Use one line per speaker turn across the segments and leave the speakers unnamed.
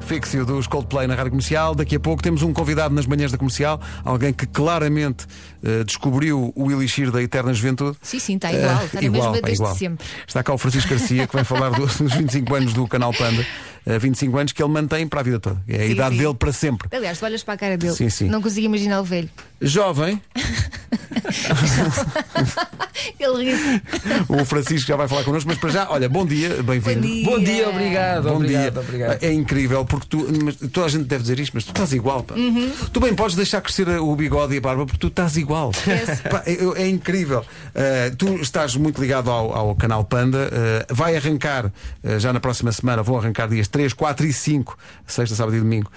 Fixio dos Coldplay na Rádio Comercial. Daqui a pouco temos um convidado nas manhãs da comercial, alguém que claramente eh, descobriu o elixir da eterna juventude.
Sim, sim, está É igual,
Eh,
está na mesma
pá,
desde sempre.
Está cá o Francisco Garcia que vem falar do- dos 25 anos do canal Panda. Eh, 25 anos que ele mantém para a vida toda. É a
Sim,
idade
sim.
dele para sempre.
Aliás, tu olhas para a cara dele.
Sim, sim.
Não consigo imaginar o velho.
Jovem,
Ele ri.
o Francisco já vai falar connosco, mas para já, olha, bom dia, bem-vindo.
Bom dia, obrigado,
Bom
obrigado,
dia.
obrigado.
É incrível, porque tu, mas toda a gente deve dizer isto, mas tu estás igual. Pá.
Uhum.
Tu bem podes deixar crescer o bigode e a barba, porque tu estás igual. Pá, é, é incrível. Uh, tu estás muito ligado ao, ao canal Panda. uh, vai arrancar uh, já na próxima semana, vão arrancar dias 3, 4 e 5, sexta, sábado e domingo,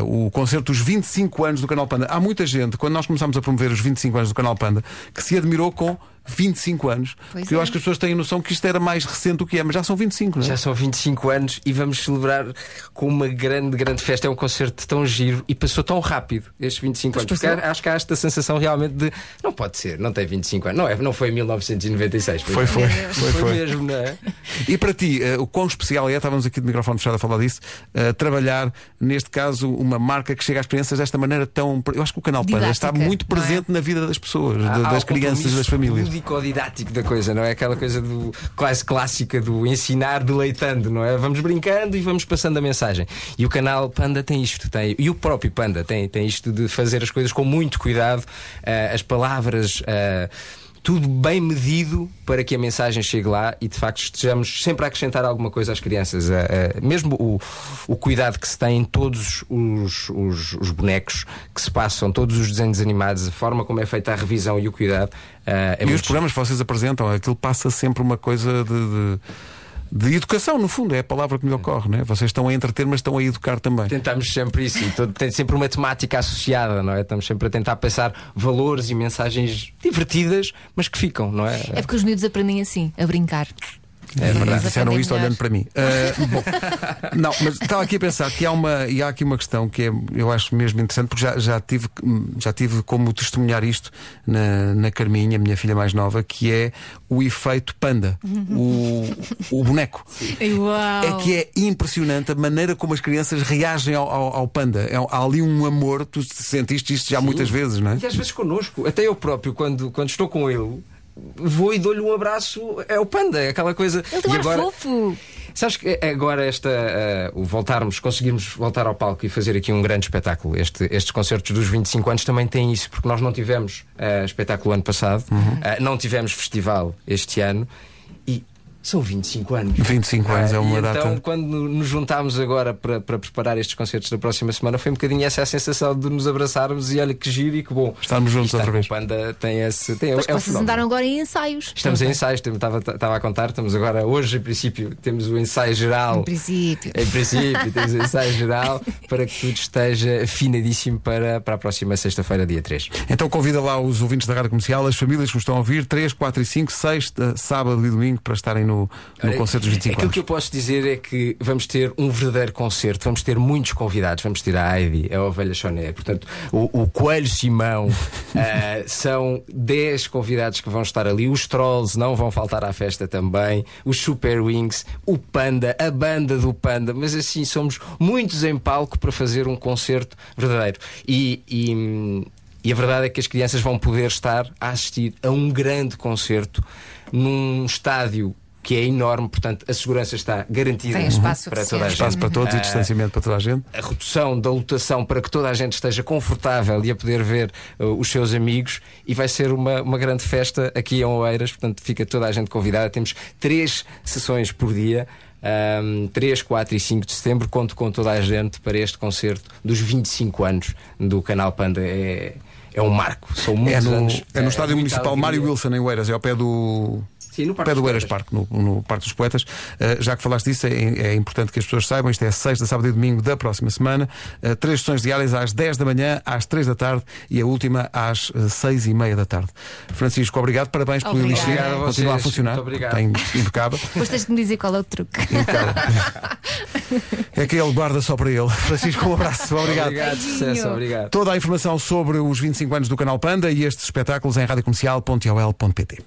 uh, o concerto dos 25 anos do canal Panda. Há muita gente, quando nós começámos a promover os 25 anos do canal Panda, que se admirou com 25 anos.
Pois
porque eu
é.
acho que as pessoas têm a noção que isto era mais recente do que é, mas já são 25, não é?
Já são 25 anos e vamos celebrar com uma grande, grande festa. É um concerto tão giro e passou tão rápido estes 25 anos. Porque há- acho que há esta sensação realmente de não pode ser, não tem 25 anos. Não, é, não foi em 1996.
Foi, foi, foi,
Foi,
foi.
mesmo, não é?
E para ti, eh, o quão especial é, estávamos aqui de microfone fechado a falar disso, eh, trabalhar, neste caso, uma marca que chega às crianças desta maneira tão. Eu acho que o canal Panda
Didática,
está muito
não é?
presente na vida das pessoas, da-
Há- há
das crianças,
o compromisso Hum.
das famílias.
lúdico-didático da coisa, não é? Aquela coisa do, quase clássica do ensinar deleitando, não é? Vamos brincando e vamos passando a mensagem. E o canal Panda tem isto, tem, e o próprio Panda tem, tem isto de fazer as coisas com muito cuidado, ah, as palavras. ah, tudo bem medido para que a mensagem chegue lá e de facto estejamos sempre a acrescentar alguma coisa às crianças. Ah, ah, mesmo o, o cuidado que se tem em todos os, os- os bonecos que se passam, todos os desenhos animados, a forma como é feita a revisão e o cuidado. ah, é
E os
muito
programas que vocês apresentam, aquilo passa sempre uma coisa de. de... de educação, no fundo, é a palavra que me ocorre, né? Vocês estão a entreter, mas estão a educar também.
Tentamos sempre isso, e todo- tem sempre uma temática associada, não é? Estamos sempre a tentar passar valores e mensagens divertidas, mas que ficam, não é?
É porque os miúdos aprendem assim, a brincar.
É verdade,
Eles
disseram
aprendem
isto
melhor.
olhando para mim. Ah, bom, não, mas estava aqui a pensar que há uma e há aqui uma questão que é, eu acho mesmo interessante, porque já, já, tive, já tive como testemunhar isto na, na Carminha, minha filha mais nova, que é o efeito panda,
Uhum.
o, o boneco.
Uau!
É que
Oh.
é impressionante a maneira como as crianças reagem ao, ao- ao panda. É, há ali um amor, tu sentiste isto já muitas vezes, não é?
E às vezes connosco, até eu próprio, quando, quando estou com ele, vou e dou-lhe um abraço, é o panda, é aquela coisa.
Ele tem um
e
ar
agora, é
fofo.
Sabes que agora esta eh, o voltarmos, conseguirmos voltar ao palco e fazer aqui um grande espetáculo. Este- estes concertos dos 25 anos também têm isso, porque nós não tivemos eh, espetáculo ano passado,
Uhum.
eh, não tivemos festival este ano e são 25 anos.
25 anos
Eh,
é uma
e
data.
Então, quando nos juntámos agora para, para preparar estes concertos da próxima semana, foi um bocadinho essa a sensação de nos abraçarmos e olha que giro e que bom.
Estarmos juntos
Estar
outra
com
vez.
o Panda tem esse. Tem, é
Mas
o
vocês
fenómeno.
andaram agora em ensaios.
Estamos em ensaios, estava a contar, estamos agora hoje, em princípio, temos o ensaio geral.
Em princípio.
Em princípio, temos o ensaio geral para que tudo esteja afinadíssimo para, para a próxima sexta-feira, dia 3.
Então convida lá os ouvintes da Rádio Comercial, as famílias que nos estão a ouvir, 3, 4 e 5, sexta, sábado e domingo, para estarem no, no concerto dos 25
é Aquilo
anos.
que eu posso dizer é que vamos ter um verdadeiro concerto, vamos ter muitos convidados, vamos ter a Heidi, a Ovelha Choné, portanto, o, o Coelho Simão, ah, são 10 convidados que vão estar ali, os Trolls não vão faltar à festa também, os Super Wings, o Panda, a banda do Panda, mas assim somos muitos em palco para fazer um concerto verdadeiro. E- e, hum, e a verdade é que as crianças vão poder estar a assistir a um grande concerto num estádio que é enorme, portanto a segurança está garantida
Tem espaço
para
suficiente.
toda a gente.
Espaço para todos
Ah,
e distanciamento para toda a gente.
A redução da lotação para que toda a gente esteja confortável e a poder ver uh, os seus amigos e vai ser uma, uma grande festa aqui em Oeiras, portanto fica toda a gente convidada. Temos três sessões por dia. ahm, 3, 4 e 5 de setembro conto com toda a gente para este concerto dos 25 anos do canal Panda. É, é um marco, são
É
muitos
no,
anos.
é no Estádio
muita
Municipal
alegria.
Mário Wilson, em Oeiras, é ao pé do.
Sim, no Parque
pé do
dos
Oeiras
Poetas.
Parque, no, no Parque dos Poetas. Uh, já que falaste disso, é, é importante que as pessoas saibam. Isto é sexta, sábado e domingo da próxima semana. Uh, três sessões diárias às 10 da manhã, às 3 da tarde e a última às uh, 6 e meia da tarde. Francisco, obrigado, parabéns pelo
Obrigada.
elixir.
Obrigado a
Continua a
vocês.
funcionar.
Muito obrigado.
Tem impecável.
Depois tens de me dizer qual é o truque.
É que ele guarda só para ele. Francisco, um abraço. Obrigado.
Obrigado, sucesso, obrigado.
Toda a informação sobre os 25 anos do Canal Panda e estes espetáculos em radiocomercial.ol.pt